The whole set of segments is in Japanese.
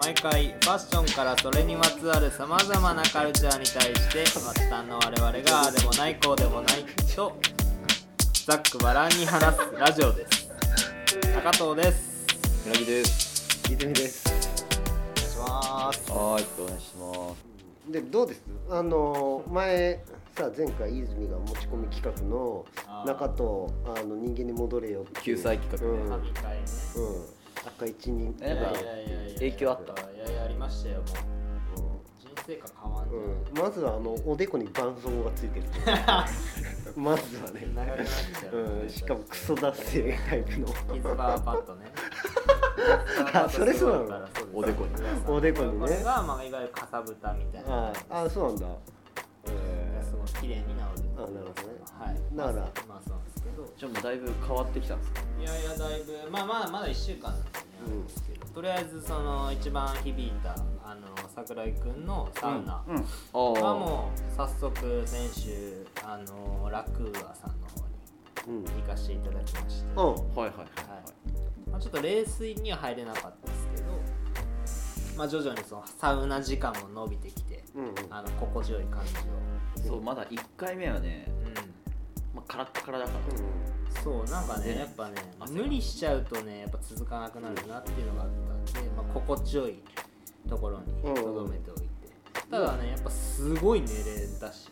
毎回ファッションからそれにまつわるさまざまなカルチャーに対して末端の我々がああでもないこうでもないとざっくばらんに話すラジオです高藤ですなぎです。泉ですお願いしますはーい、お願いしまでどうですあの前さ前回泉が持ち込み企画のあー中とあの人間に戻れよっていう救済企画ねうん、うん、神回ね赤一人えやっぱ影響あったいやいやありましたよもう人生が変わんうじんうんまずはあのおでこに絆創膏がついてるまずはね、ゃない、長くなっちゃう、うん、しかもクソ脱性タイプのキズバーパッドねあそれそうなのからすおでこにおでこにねこれが、まあ、いわゆるかさぶたみたいなあーあそうなんだえすごい綺麗に治るあなるほどねはいだからまあそうなんですけどじゃあもうだいぶ変わってきたんですか。いやいやだいぶまあまあまだ1週間なんですね、うんとりあえずその一番響いたあの桜井くんのサウナうん。ああ。はもう早速先週あのラクーアさんの方ー、うんに行かせていただきまして、うまんう。はいはいははいいあ、ちょっと冷水には入れなかったですけどまあ徐々にそのサウナ時間も伸びてきてうんうんあの心地よい感じをはい。そう、まだ一回目はね、うんまあ、カラッカラだかそうなんかねねやっぱね汗が無理しちゃうとねやっぱ続かなくなるなっていうのがあったんで、まあ、心地よいところうんにとどめておいて、ただねやっぱすごい寝れだし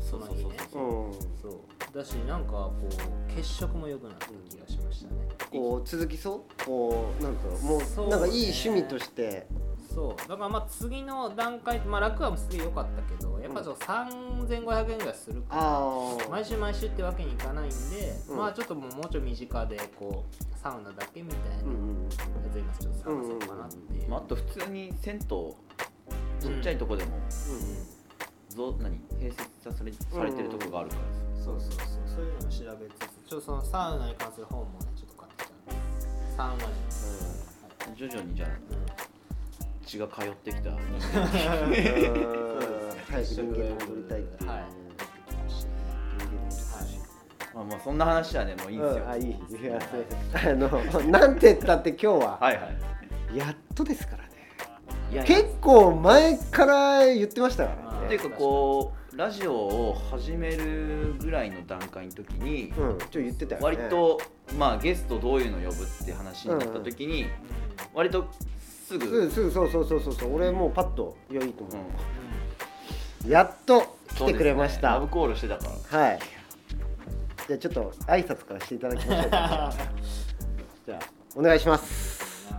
その日ねそうそううんうんそうだしなんかこう血色も良くなった気がしましたね、こう続きそうこうなんかもそううねなんかいい趣味としてそうだからまあ次の段階まあ楽はすげえ良かったけどやっぱちょっと3500円ぐらいするから、ああ毎週毎週ってわけにいかないんで、うんまあちょっともうもうちょい身近でこうサウナだけみたいな、うんうんやつ今ちょっと探そうかなっていう、ら。まあ、あと普通に銭湯、ちっちゃいとこでも、うぞ、何、併設され、されてるとこがあるからさ。そう そうそうそういうのも調べつつちょっとそのサウナに関する本もねちょっと買ってきたんでサウナに、徐々にじゃあ、血が通ってきた。 んうん早く人間に戻りたいっていうはいまあ、まあ、そんな話はね、もういいんですよ。うんあいいいやそうあのなんて言ったって今日は、はいはい。やっとですからねいやいや結構前から言ってましたからっねていうかこうラジオを始めるぐらいの段階の時に、うんちょっと言ってたよね割と、まあ、ゲストどういうの呼ぶって話になった時に、割とすぐ、すぐすぐそうそうそうそうそう俺もうパッといやいいと思う、やっと来てくれましそうですねラた、ブコールしてたからはいじゃあちょっと挨拶からしていただきましょう かじゃあお願いします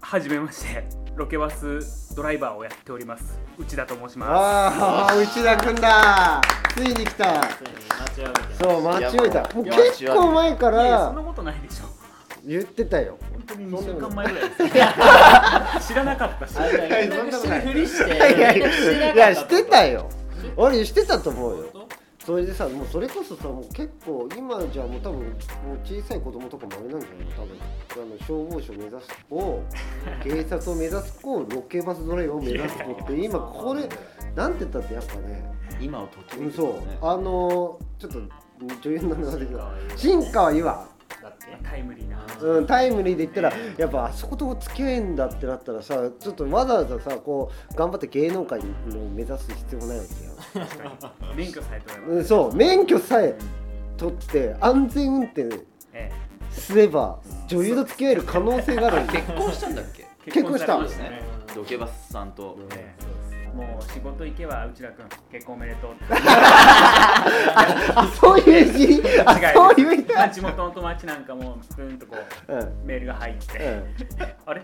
はじめましてロケバスドライバーをやっております内田と申しますああ内田君だついに来たうん、間違うみたいなそう間違えたもういやもう結構前かいやいやそんならことないでしょ言ってたよ本当に2週間前ぐらいですよ知らなかったしあれだよそん連絡なこしとてないるふりしていやいやい連絡してなかやっいやしてたよよ俺してたと思うよ本それでさもうそれこそさもう結構今じゃもう多分もう小さい子供とかもあれなんじゃないの多分あの消防士を目指す 子警察を目指す子ロケバスドライバーを目指す子って今これなんて言ったってやっぱね今をときうめんくそうねあのー、ちょっと女優の名前が出てきた新川優愛当だってタイムリーなうん、タイムリーで言ったらやっぱあそこと付き合えんだってなったらさちょっとわざわざさこう頑張って芸能界を目指す必要もないわけよ、確かに免許されておりうまん、す、そう免許さえ取って安全運転えすれば女優と付き合える可能性があるんだよ結婚したんだっけえ結婚したされまねねドケバスさ んと、ええもう仕事行けば内田君結婚おめでとうってあそういう 字あそういう違人まあ地元の友達なんかもプーンとこううんメールが入って、うあれ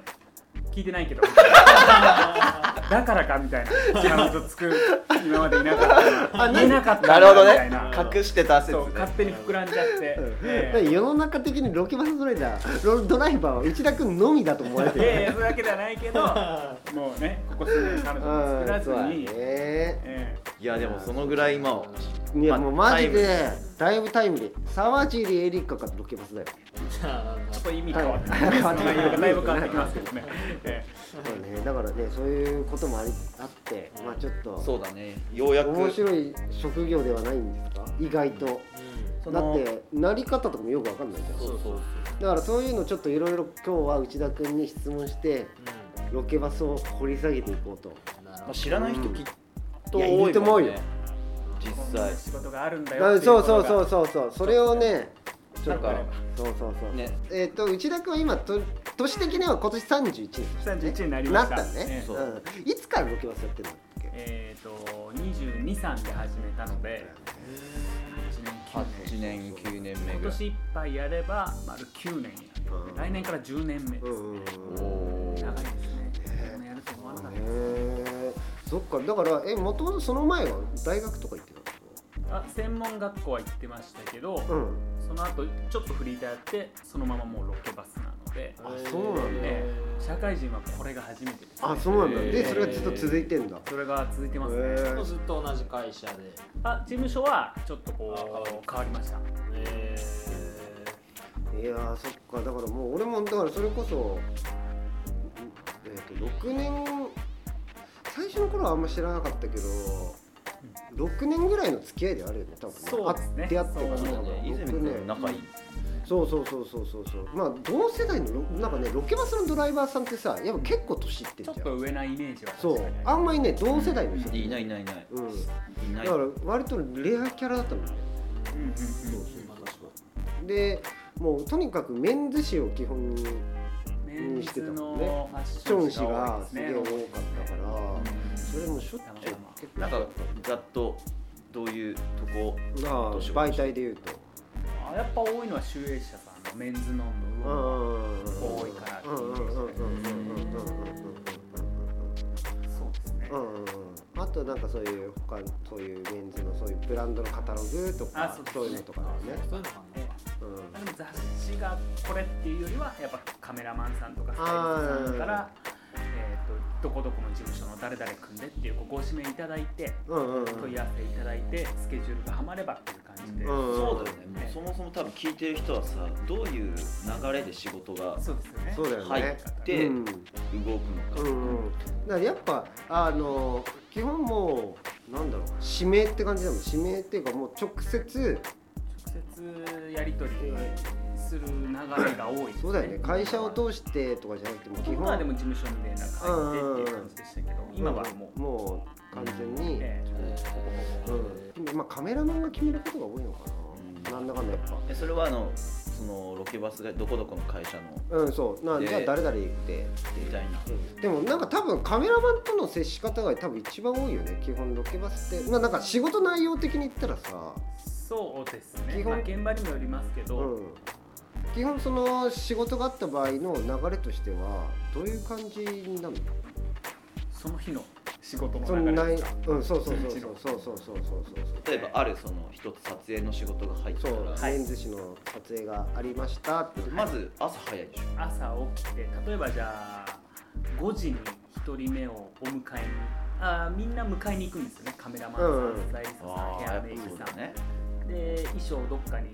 聞いてないけど だからかみたいなちゃんとつく今までいなかったのに言えなかったんだみたいな隠してた説そうね勝手に膨らんじゃって、んえだからえ世の中的にロケバスドライバーロドライバーは内田君のみだと思われていやいるやそういうわけではないけどもうねここ数年彼う女もん作らずそうだに、ねえいやでもそのぐらい今をいやまもうマジタでだいぶタイムリー沢尻エリカからロケバスだよえちょっと意味変わってます、はいその内容がだいぶ変わってきますけどね、えそうねだからねそういうこともありあってまあちょっとそうだねようやく面白い職業ではないんですか意外とそだっのてなり方とかもよくわかんないじゃんそうそうだからそういうのちょっといろいろ今日は内田君に質問してロケバスを掘り下げていこうとなるまほあ、ど知らない人きっといや多いいると思もうんよね実こんな際仕事があるんだよあっていそうことそがうそうそうそうそれをねちょっとなんかそうそうそう、ねえっ、と内田君は今と年的には今年31ですね31になりましたなったね、ええそううん、いつからロケバスやってるんだっけえー、と22、3で始めたので8年9 8年年9年目今ぐら年いいっぱいやれば丸9年になる、うん来年から10年目です、うんうんうんおお長いですね、こんなやると思わなかったでへすーそっかだからえもともとその前は大学とか行ってあ専門学校は行ってましたけど、たのうんその後ちょっとフリーターやってそのままもうロケバスなので、あそうなんだ、ええ社会人はこれが初めてです、ね、あそうなんだへでーそれがずっと続いてんだそれが続いてますへね、ーずっと同じ会社であ事務所はちょっとこう変わりましたえいやーそっかだからもう俺もだからそれこそえっ、と6年最初の頃はあんま知らなかったけど6年ぐらいの付き合いであるよね多分そうですねあ出会ってからそうそだうね六泉君仲いいそうそうそうそうそうそうまあ同世代のロなんかねロケバスのドライバーさんってさやっぱ結構年いってんちじょゃっんと上なイメージはそうあんまりね同世代の人いないいないいないうんいなだいから割とレアキャラだったもんねうんうんうんでもうとにかくメンズ誌を基本にメンズのファッシショョンン誌誌がが多いですすげねえ多かったからそれもしょっちゅう結構なんかざっとどういうとこまあ媒体で言うとあやっぱ多いのは集英社さんのメンズノンの動多うんうんうんうんうんうんそうですねあとなんかそういう他そういうメンズのそういうブランドのカタログとかそういうのとかねそういうのかええでも雑誌がこれっていうよりはやっぱカメラマンさんとかスタイリストさんからえーとどこどこの事務所の誰々組んでっていうこうご指名いただいてうんうんうん問い合わせいただいてスケジュールがはまればっていう感じで、うんそうだよねもうそもそも多分聞いてる人はさどういう流れで仕事がそうですよねそうだよね入って動くうのかんうん、だからやっぱあの基本もうなんだろう指名って感じだもん指名っていうかもう直接直接やり取りする流れが多いです、そうだよね会社をし通してとかじゃなくてもう基基本本はでも事務所に連絡入ってっていう感じでしたけど今はもう、もう完全に、えうんまあ、カメラマンが決めることが多いのかな、うんなんだかんだやっぱえそれはあのそのロケバスがどこどこの会社のうんそうなでじゃあ誰々行ってみたいなでもなんか多分カメラマンとの接し方が多分一番多いよね基本ロケバスってまあなんか仕事内容的に言ったらさえそうです基ね、本まあ、現場にもよりますけど、うん、基本その仕事があった場合の流れとしてはどういう感じになるのその日の仕事そのの流ないれとかうんそうそうそうそうそうそうそうそう例えばあるその一つ撮影の仕事が入ったそうら、レンズ氏の撮影がありましたってまず朝早いでしょ朝起きて例えばじゃあ5時に1人目をお迎えにあーみんな迎えに行くんですよねカメラマンさん、うんスタイリストさんヘーアやっメイぱクそうさだん、ねで衣装どっかに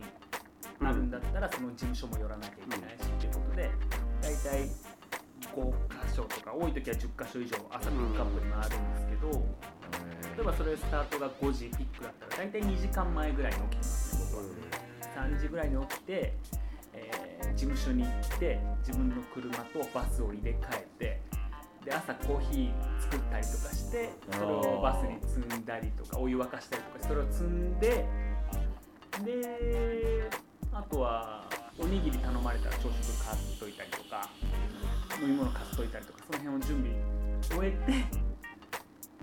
あるんだったら、その事務所も寄らなきゃいけないしっていうことで大体5箇所とか多い時は10箇所以上朝ピックアップに回るんですけど、例えばそれスタートが5時ピックだったら大体2時間前ぐらいに起きますね僕は。3時ぐらいに起きて、えー事務所に行って自分の車とバスを入れ替えてで朝コーヒー作ったりとかしてそれをバスに積んだりとかお湯沸かしたりとかしてそれを積んでであとはおにぎり頼まれたら朝食買っといたりとか飲み物買っといたりとかその辺を準備終えて。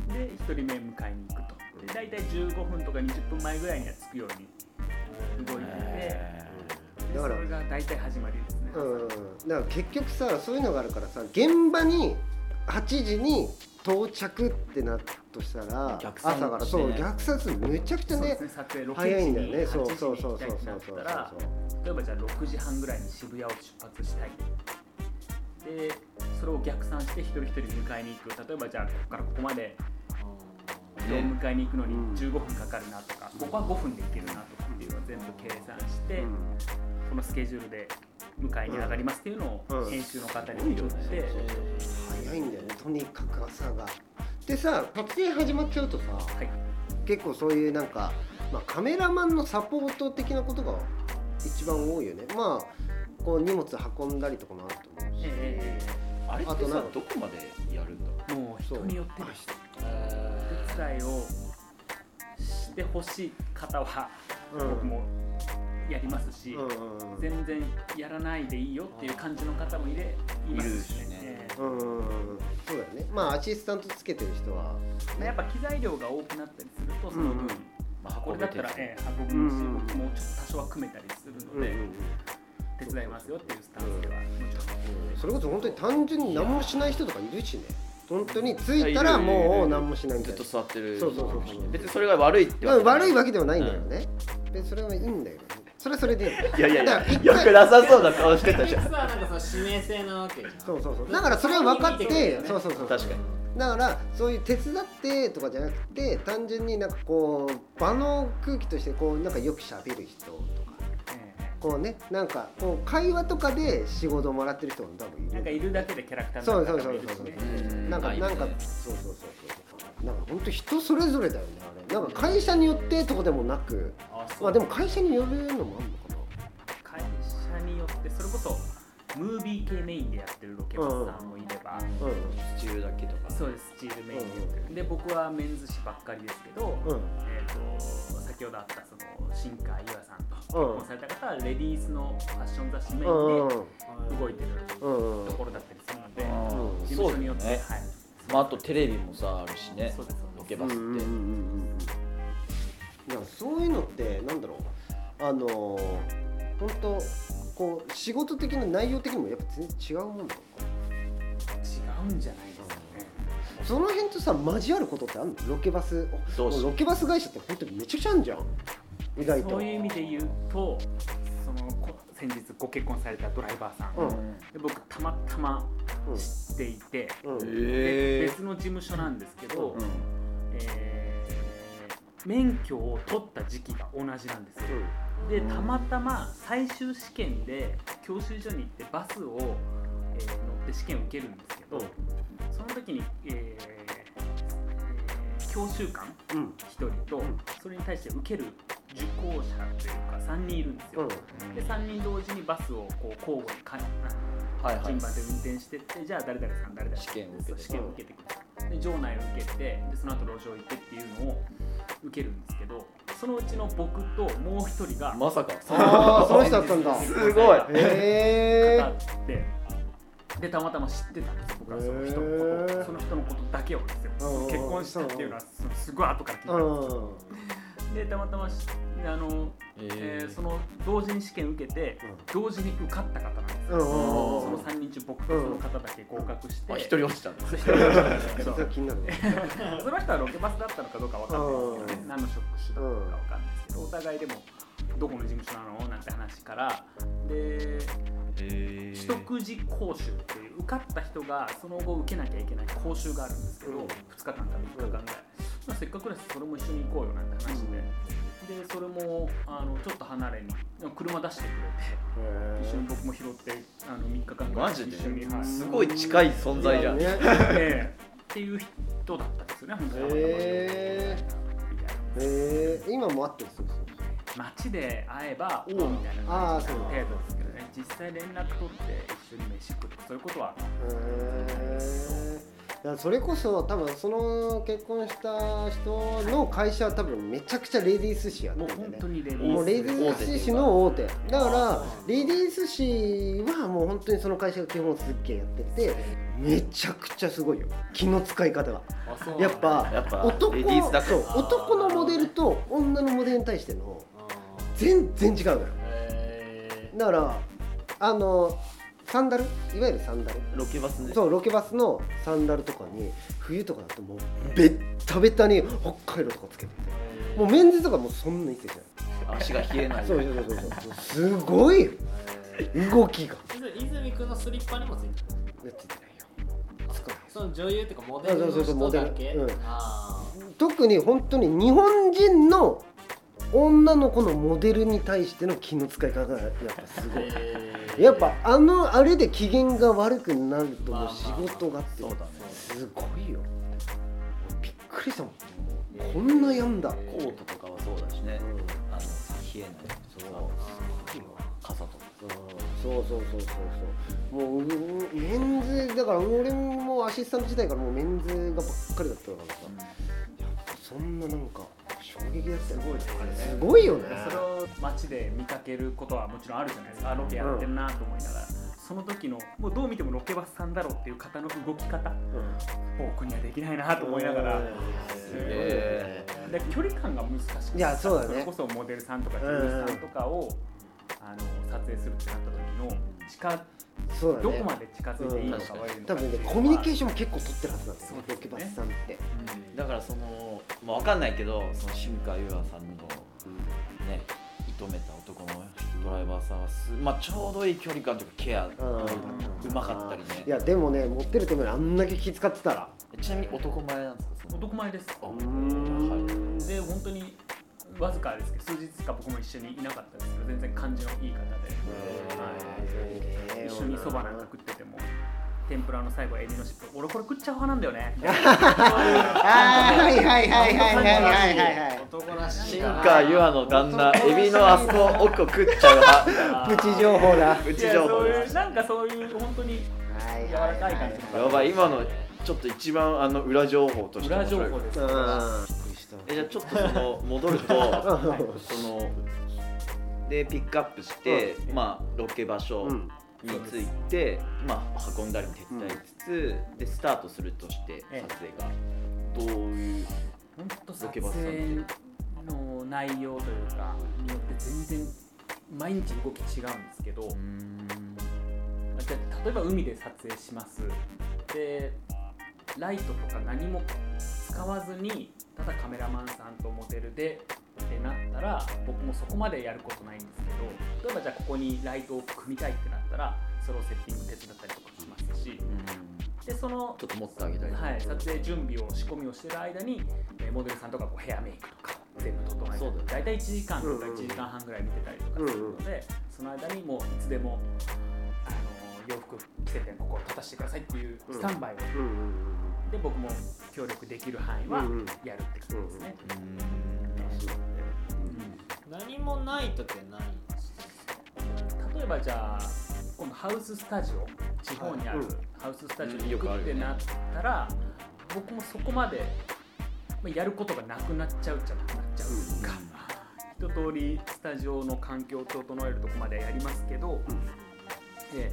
で1人目迎えに行くとで大体15分とか20分前ぐらいには着くように動いててへだからそれが大体始まりですね、うんだから結局さそういうのがあるからさ現場に8時に到着ってなったとしたら逆算朝からしてそねう逆算するのめちゃくちゃそうでねすね撮影ロケ早い地んだよにね8時そうにそうそ行うきそたういってそなっうそうたら例えばじゃあ6時半ぐらいに渋谷を出発したいでそれを逆算して一人一人迎えに行く例えばじゃあここからここまで人を迎えに行くのにうん15分かかるなとか、ここは5分で行けるなとかっていうのを全部計算して、このスケジュールで迎えに上がりますっていうのうをん編集の方に言って、うん早いんだよねとにかく朝がでさ撮影始まっちゃうとさはい結構そういうなんか、まあ、カメラマンのサポート的なことが一番多いよねまあこう荷物運んだりとかもあると思うし、えあれっあてとなさんかどこまでやるんだろもう人によってでしたお手伝いをしてほしい方はうん僕もやりますし、うんうん全然やらないでいいよっていう感じの方もいれいますしいるしねねええうんうんうんそうだよねまあアシスタントつけてる人はまあやっぱ機材量が多くなったりするとそのうんうん分、う、まあ、これだったら、運べてええ運ぶし、うんうん僕もちょっと多少は組めたりするので、手伝いますよっていうスタンスではもちろんうんそれこそ本当に単純に何もしない人とかいるしね本当に着いたらいやいるいるいもうる何もしないみたずっいとな座ってるそうそうそうそう別にそれが悪いってまあ悪いわわけではないんだよねでそれはいいんだよねそれはそれでいいのけいやいやいだからや一よ回くなさそうな顔してたじゃん実はなんかその指名制なわけじゃんそうそうそうだからそれは分かってそうそうそう確かにだからそういう手伝ってとかじゃなくて単純になんかこう場の空気としてこうなんかよくしゃべる人とかええこうねなんかこう会話とかで仕事をもらってる人も多分いるなんかいるだけでキャラクターそうになそるう方そもいうるそうしそうね。なんか、うんなんか、そうそうそうそう。なんか本当人それぞれだよね、あれ。なんか会社によってとかでもなく、あそうまあでも会社に呼べるのもあるのかな。会社によってそれこそムービー系メインでやってるロケバスさんもいれば、うんスチールだけとかそうですスチールメインでやってる、うんで僕はメンズ誌ばっかりですけど、うんえー、と先ほどあったその新海優愛さんと結うん婚された方はレディースのファッション雑誌メインでうんうん動いてるうんうんところだったりするので、あーうんそ事務う所だによよって、ね、はいまあ、あとテレビもさあるしねそうですそうですロケバスって、うんうんうんうんいやそういうのってなんだろうあのー本当こう仕事的な内容的にもやっぱ全然違うもんだ違うんじゃないですかね、その辺とさ交わることってあるのロケバスどうしロケバス会社って本当にめちゃくちゃあるじゃん意外とそういう意味で言うとそのこ先日ご結婚されたドライバーさん、うんで僕たまたまうん知っていて、うんうんでえ別の事務所なんですけーど、えー免許を取った時期が同じなんですよ、でたまたま最終試験で教習所に行ってバスを、えー乗って試験を受けるんですけど、その時に、えーえー教習官うん1人と、んそれに対して受ける受講者というか3人いるんですうよ、んで3人同時にバスをこう交互にかはいはい順番で運転してって、じゃあ誰々さん誰々さ試ん験を受けてそう試験を受けてくるで場内を受けてでその後路上行ってっていうのを受けるんですけどそのうちの僕ともう一人が、まさ かあーその人だったんだすすごいへ方ででたまたま知ってたんです僕はその人のこと、へーその人のことだけをですようんうんうん結婚したっていうのはそのすごい後から聞いーたんですようんでたまたましあの、ええーその同時に試験受けて、同時に受かった方なんですうよ、んうんそうんの3人中僕とその方だけ合格して、あ一人落ちたんだそう一人落ちたんでそすれよ気になるねその人はロケバスだったのかどうかわかんないですけどね、う何の職種だったのかわかんないですけど、お互いでもどこの事務所なのなんて話からでえ取得時講習っていう受かった人がその後受けなきゃいけない講習があるんですけど、うん2日間か3日間ぐらい、まあ、せっかくですそれも一緒に行こうよなんて話で、でそれもあのちょっと離れに車出してくれて一緒に僕も拾ってあの3日間ぐらいマ一ジで緒に、はいすごい近い存在じゃん、いやねええっていう人だったんですよね本当に、へへー今もあってるそうそう街で会えば「おう」みたいな感じの程度ですけどね実際連絡取って一緒に飯食うとかそういうことはへーいやそれこそ多分その結婚した人の会社は多分めちゃくちゃレディース誌やってもうるん本だ当よねにレディもうレディーース誌の大手だからレディース誌はもう本当にその会社が基本すっげえやっててめちゃくちゃすごいよ気の使い方があそうやっぱやっぱ男レディースだからそう男のモデルと女のモデルに対しての全然違うのよえだからあのサンダルいわゆるサンダルロケバスねそうロケバスのサンダルとかに冬とかだともうべったべたに北海道とかつけててもうメンズとかもうそんな一切じ足が冷えゃなないいそうそうそうそうすごいよ動きが泉君のスリッパにもついてるついてないよつかないその女優っていうかモデルのそうそうそう人モデルだけうんあー特に本当に日本人の女の子のモデルに対しての気の使い方がやっぱすごいえーやっぱあのあれで機嫌が悪くなるともう仕事がってそうだねすごいよびっくりしたもんこんなやんだコートとかはそうだしね、あの冷えないそうあー傘とかうんそうそうそうそうそうもううメンズだから俺もアシスタント時代からもうメンズがばっかりだったからさそんななんか衝撃だったよすごいですねすごいよねそれを街で見かけることはもちろんあるじゃないですかあロケやってるなと思いながら、その時のもうどう見てもロケバスさんだろうっていう方の動き方僕にはできないなと思いながら、すげえで距離感が難しくていやそうだねれこそモデルさんとか女優さんとかを、あの撮影するってなった時の近そうだねどこまで近づいていいのか悪いの多かって分いうねのはコミュニケーションも結構取ってるはずなんだよそうねロですねケバスさんってだからそのまあわかんないけどその新川優愛さんのね射止めた男のドライバーさんはすまあちょうどいい距離感というかケアうんうまかったりねいやでもね持ってると思うよあんだけ気使ってたらちなみに男前なんですかその男前ですあうんで本当にわずかですけど数日しか僕も一緒にいなかったですけど全然感じのいい方で、はい、一緒にそばなんか食ってても天ぷらの最後エビの尻尾俺これ食っちゃう派なんだよね あーはいはいはいはいはいはいはい男らしい新な川優愛の旦那エビのあそこ奥を食っちゃう派プチ情報だういちや情報そうでいうなんかそういう本当に柔柔らかい感じとかやばい今のちょっと一番あの裏情報として裏面白情い報ですえじゃあちょっとその戻 るとそのでピックアップして、まあロケ場所うんについて、まあ運んだりも手伝いつつ、でスタートするとしてええ撮影が、どういう本当撮影の内容というかによって全然毎日動き違うんですけど、じゃあ例えば海で撮影しますでライトとか何も使わずにただカメラマンさんとモデルでってなったら僕もそこまでやることないんですけど例えばじゃあここにライトを組みたいってなったらそれをセッティング手伝ったりとかしますしでそのちょっと持ってあげたりとか、はい、撮影準備を仕込みをしてる間に、えーモデルさんとかこうヘアメイクとか全部整えそうだてね大体1時間とかうんうん1時間半ぐらい見てたりとかするので、その間にもういつでも、あのー洋服着せてここを立たしてくださいっていうスタンバイを、うんうんで僕も協力できる範囲はうんうんやるって感じですね。何もない時はないんですね例えばじゃあ今度ハウススタジオ地方にあるはいうんハウススタジオうんによ行くあくっるよてねなったら、僕もそこまでまあやることがなくなっちゃうっちゃなくなっちゃうというか、一通りスタジオの環境を整えるとこまではやりますけど、で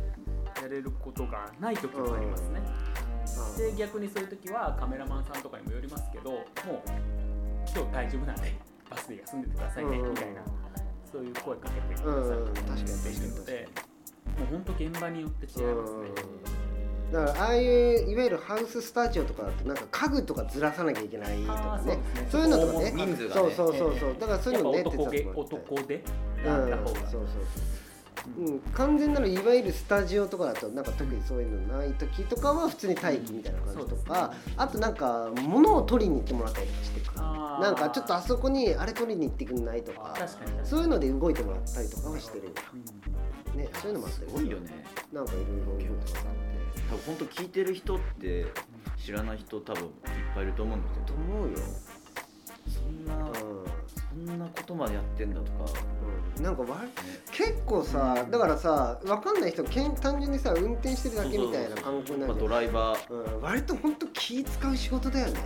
やれることがない時もありますね。で逆にそういう時はカメラマンさんとかにもよりますけどもう今日大丈夫なんでバスで休んでてくださいねうんみたいなそういう声かけてください、うんうん確かに確かに確かにでもう本当現場によって違いますね。だからああいういわゆるハウススタジオとかだとなんか家具とかずらさなきゃいけないとあかーねそそうういうですねのとかね人数がねそうそうそうそうだからそういやうっぱのね男手で伝ってもらって男でうやったん方が、そうそううん、完全なるいわゆるスタジオとかだとなんか特にそういうのない時とかは普通に待機みたいな感じとか、あとなんか物を取りに行ってもらったりとかしてくるあーなんかちょっとあそこにあれ取りに行ってくんないとか確かに確かにそういうので動いてもらったりとかはしてるねそういうのもあったすりごいよねなんかいろいケろ動いンてタもらさんって多分本当聞いてる人って知らない人多分いっぱいいると思うんだけうとど思うよ、そんなうそんなことまでやってんだとか、んうん、なんか割ね、結構さだからさ分かんない人けん単純にさ運転してるだけみたいなそうそうそう感覚になるまあけドど、ライバーうん、割とほんと気使う仕事だよね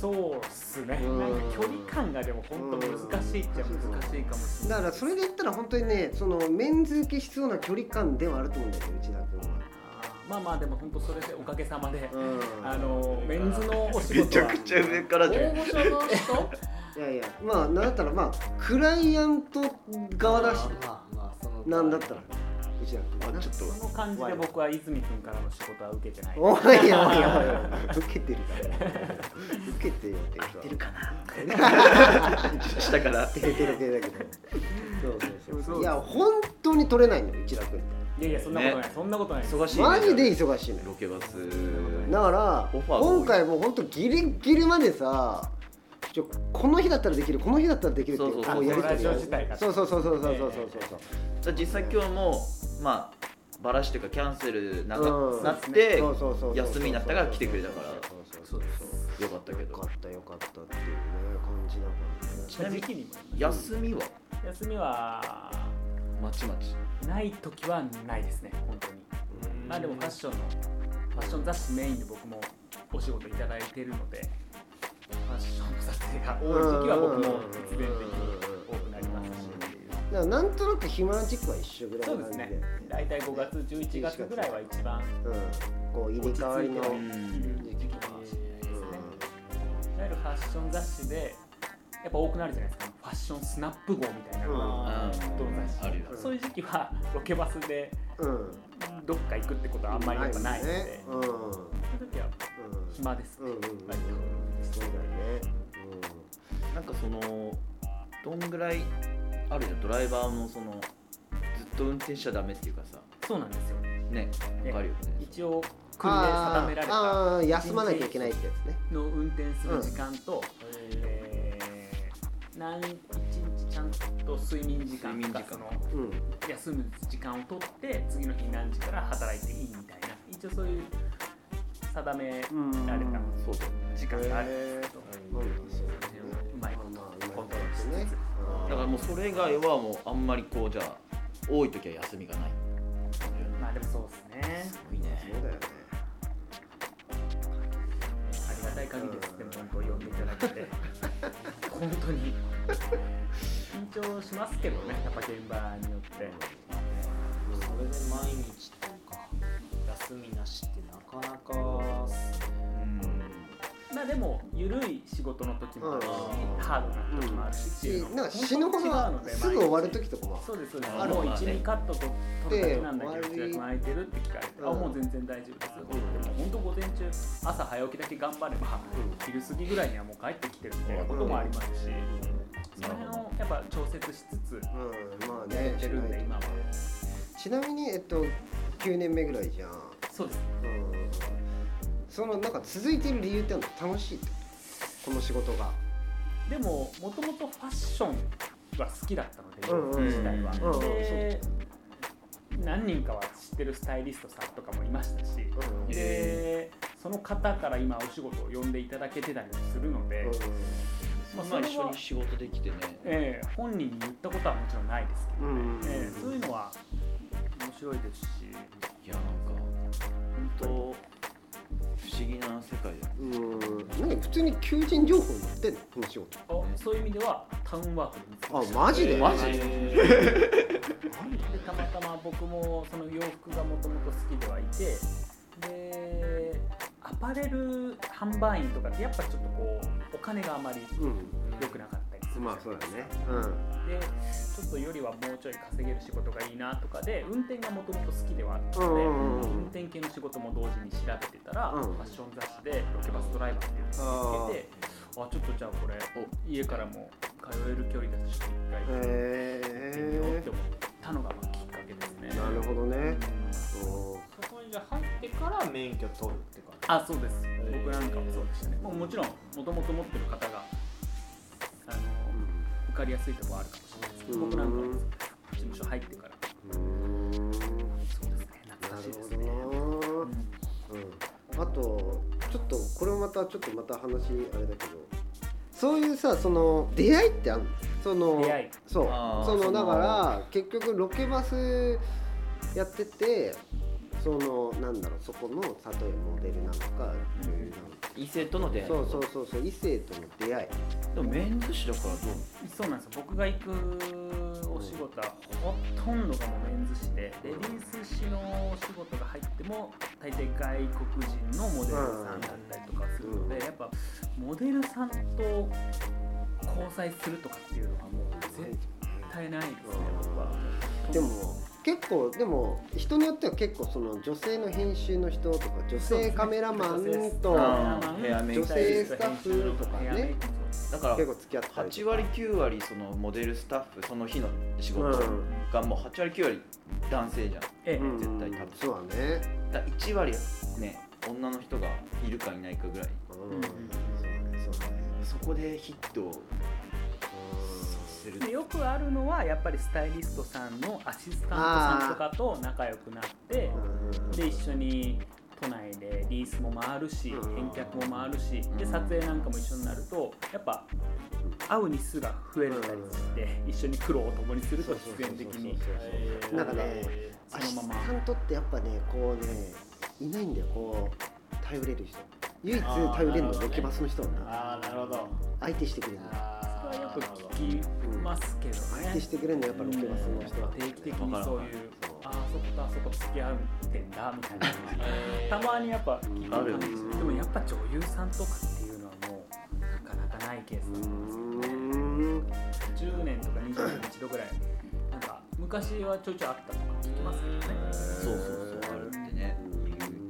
そうっすね、うんなんか距離感がでも本当難しいっちゃ難しいかもしれだない、からそれで言ったら本当にねそのメンズ受けしそうな距離感ではあると思うんだけど内田君は。あーまあまあでも本当それでおかげさまで、うんあのメンズのお仕事は上から大御所の人いやいやまあなんだったらまあクライアント側だしまあまあそのなんだったら内田君はなちょっとその感じで僕は泉君からの仕事は受けてないおいおいおいおい受けてるから受けてよって言ってるか下から照れてる系だけどそうそうそそうういや本当に取れないの内田君っいやいやそんなことない、そんなことないです忙していねマジで忙しいのよロケバスだからオファーが多い今回もう本当ギリギリまでさちょこの日だったらできるこの日だったらできるっていそううそうそうこうやり取りラジオ自体がそうそうそうそうそうそうそう実際今日もまあバラしというかキャンセルな,、うんなってそうそうそうそう休みになったから来てくれたからそうそうそうそうよかったけよどかったよかったっていうね感じだからね時期にも休みは休みはまちまちない時はないですね本当にまあでもファッションのファッション雑誌メインで僕もお仕事いただいてるのでファッションの撮影が多い時期は僕も必然的に多くなりますしっていうだからなんとなく暇な時期は一緒ぐらいその感うですじでね大体5月11月ぐらいは一番うん、こう入れ替わりの、落ち着ういん時期かもしれないですねいわゆるファッション雑誌でやっぱ多くなるじゃないですかファッションスナップ号みたいなのがあどう雑誌あるよねそういう時期はロケバスでうんうん、どっか行くってことはあんまりやっぱないのでうん、うん、うん、そういう時は暇ですうん、うん、割そうとだよね。なんかそのどんぐらいあるじゃんドライバーもそのずっと運転しちゃダメっていうかさそうなんですよねわかるよね一応国で定められたあーあー休まなきゃいけないってやつね。の運転する時間と、えー何一日ちゃんと睡眠時間睡眠と時か間そのうん、休む時間を取って次の日何時から働いていいみたいな一応そういう定められたそうだよね時間があるんですけうん、ど、それをうまいことコントロールしねつ。だからもうそれ以外はもうあんまりこうじゃあ多い時は休みがないつまあでもそうですねすごいねそうだよね。ありがたい限りですでも本当呼んでいただけて本当に緊張しますけどねやっぱ現場によってそれで毎日というか休みなしってなかなかっすねまあでも緩い仕事の時もあるし、うんハードな時もあるしっていうし、のながんか死ぬほど本当に違うのですぐ終わる毎時日とかもある。そうですそうですあるもうまあね12カットと取るだけなんだけどで「千秋空いてる?」って聞かれて「うんあもう全然大丈夫です」でも本当午前中朝早起きだけ頑張ればうん昼過ぎぐらいにはもう帰ってきてるみたいなこともありますしその辺をやっぱ調節しつつうん、まあやねっ。てるんで今はちなみに、えっと、九年目ぐらいじゃん。そうですうん。その、なんか続いてる理由ってのは楽しいってこと。この仕事が。でももともとファッションは好きだったので、うんうん自体は、うんうんで何人かは知ってるスタイリストさんとかもいましたし、うんでその方から今お仕事を呼んでいただけてたりもするので、まあそまあれは一緒に仕事できてねええ本人に言ったことはもちろんないですけうど、ん。ええそういうのは面白いですしいやなんか本当不思議な世界だようーん、なんか普通に求人情報に載ってんのこの仕事あそういう意味ではタウンワークで見つけまあしたマジで、マジでたまたま僕もその洋服がもともと好きではいてでアパレル販売員とかってやっぱちょっとこうお金があまりうん良くなかったりするまあそうだねうんでちょっとよりはもうちょい稼げる仕事がいいなとかで運転がもともと好きではあったので、うんうんうんうん運転系の仕事も同時に調べてたら、うんファッション雑誌でロケバスドライバーっていうのを見つけてあちょっとじゃあこれ家からも通える距離だし一回行ってへみようっえて思ったのがまあきっかけですね。なるほどねおそこにじゃあ入ってから免許取るって感じあそうですー僕なんかもそうでしたねもうもちろんもともと持ってる方があの、受かりやすいところあるかもしれないですけどうん僕なんかは事務所入ってからうーんそうですねな懐かしいるでほすどねな、ううんんあとちょっとこれもまたちょっとまた話あれだけどそういうさその出会いってあんのその出会いそうあーそそののだから結局ロケバスやっててそのなんだろうそこの例えばモデルなのか女優なのか、異性との出会いそうそうそうそう異性との出会いでもメンズ誌だからどうそうなんですよ僕が行くお仕事はほとんどがもうメンズ誌でレディース誌のお仕事が入っても大体外国人のモデルさんだったりとかするので、うんやっぱモデルさんと交際するとかっていうのはもう絶対ないですね僕は。でも結構でも人によっては結構その女性の編集の人とか女性カメラマンとあーヘアメイク女性スタッフとかねだから結構付き合ったり8と割9割そのモデルスタッフその日の仕か事がもう8割9割男性じゃんええうん、絶対多分そうだねだから1割ね女の人がいるかいないかぐらいうん、うんそうだねそうだねそこでヒットをさせるでよくあるのはやっぱりスタイリストさんのアシスタントさんとかと仲良くなってうんで一緒に都内でリースも回るしうん返却も回るしでうん撮影なんかも一緒になるとやっぱ会う日数が増えたりして一緒に苦労を共にすると必然的にえーなんかねアそシのままスタントってやっぱねこうねいないんだよこう頼れる人唯一頼れるのはロケバスの人なんだああなるほど相手してくれるのあそーれはよくなるほど聞きますけど相手ねしてくれるのはやっぱロケバスの人なんだ定よ期ね的にそういうああそことあそこ付き合ってんだみたいなえたーまにやっぱ聞いたあるよ感ねじですでもやっぱ女優さんとかっていうのはもうなかなかないケースうなんですよーん10年とか20年に一度ぐらいなんか昔はちょいちょいあったとか聞きますけどねそうそうそうあるってね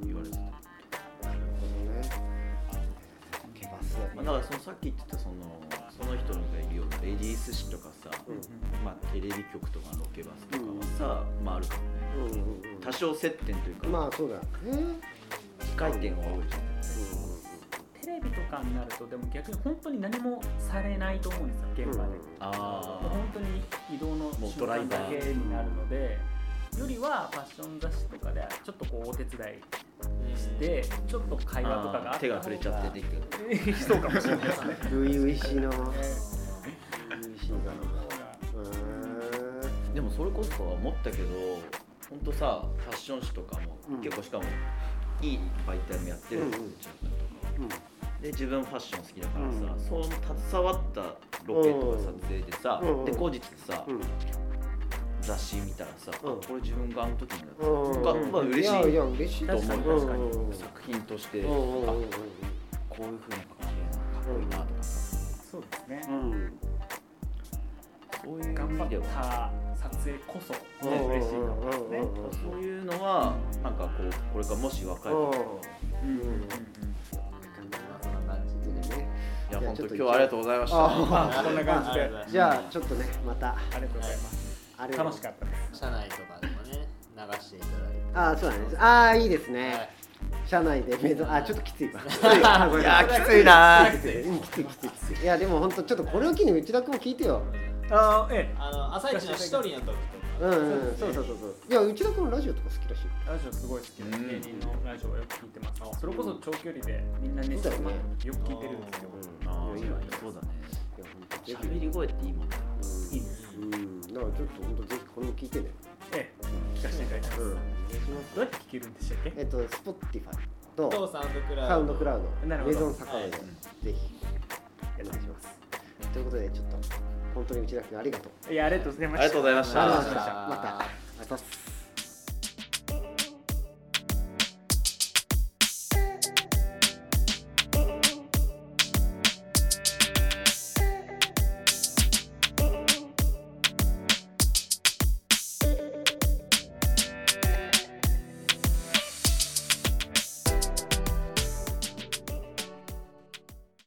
言われてた、なるほどねロケバスまあ、だからそのさっき言ってたそのその人がいるようなレディース誌とかさ、うんまあ、テレビ局とかのロケバスとかはさ、まああるかもねうんうんうん多少接点というか、まあそうだね機回転が多いじゃんテレビとかになるとでも逆に本当に何もされないと思うんですよ現場で、あ本当に移動のもう瞬ドライ間だバーけになるのでよりはファッション雑誌とかでちょっとこうお手伝いしてちょっと会話とかあがあった手が触れちゃってでできてるきそうかもしれないですね初々しいな初々えしいだなえうーんでもそれこそ思ったけど本当さファッション誌とかも、うん結構しかもいい媒体もやってるじゃん、うんうんちゃんとで自分ファッション好きだからさ、うんそう携わったロケとか撮影でさ、うんで後日さ、うん雑誌見たらさ、うんこれ自分があの時にやったうんとかは嬉しいやいや嬉しいとと思う思う確かに確かうんうんうん作品として、うんうんあうんこういうふうな感じなかっこいいなとかさ、そうですね、うんそういう頑意張味でっはた撮影こそ、うんね、嬉しいかもうんね、うんうんそういうのはなんかこうこれからもし若い子うんうんそんな感じちょっとねいやいや本ちょ当っと今日はありがとうございました。あこんあな感じでりがとうございますじゃあちょっとねまたありがとうございます、あれ楽しかったです社内とかでもね流していただいてあそうなんですああいいですね、はい社内で目覚あちょっときついわいやーきついなー。うんきついきついきついいやでも本当ちょっとこれを機に内田君も聞いてよああえあの朝一の一人の時とかうん、うん、そうそうそうそういや内田君もラジオとか好きだしえラジオすごい好きで、芸人のラジオはよく聞いてます、それこそ長距離でみんな熱そうだよねよく聞いてるんですよ、あーいやいいわいいそうだね。いや本当ぜ喋り声って今ひいいですうん、うん、だからちょっと本当ぜひこれを聞いてねええ聞かせていただきます、うんおど願いしますうやって聞けるんでしたっけえっと Spotify ととサウンドクラウドサウンドクラウなドるほメどゾン坂上で、はぜひお願いしますということでちょっと本当に内田君ありがとういやありがとうございまありがとうございましたありがとうございままししたたまたありがとうございます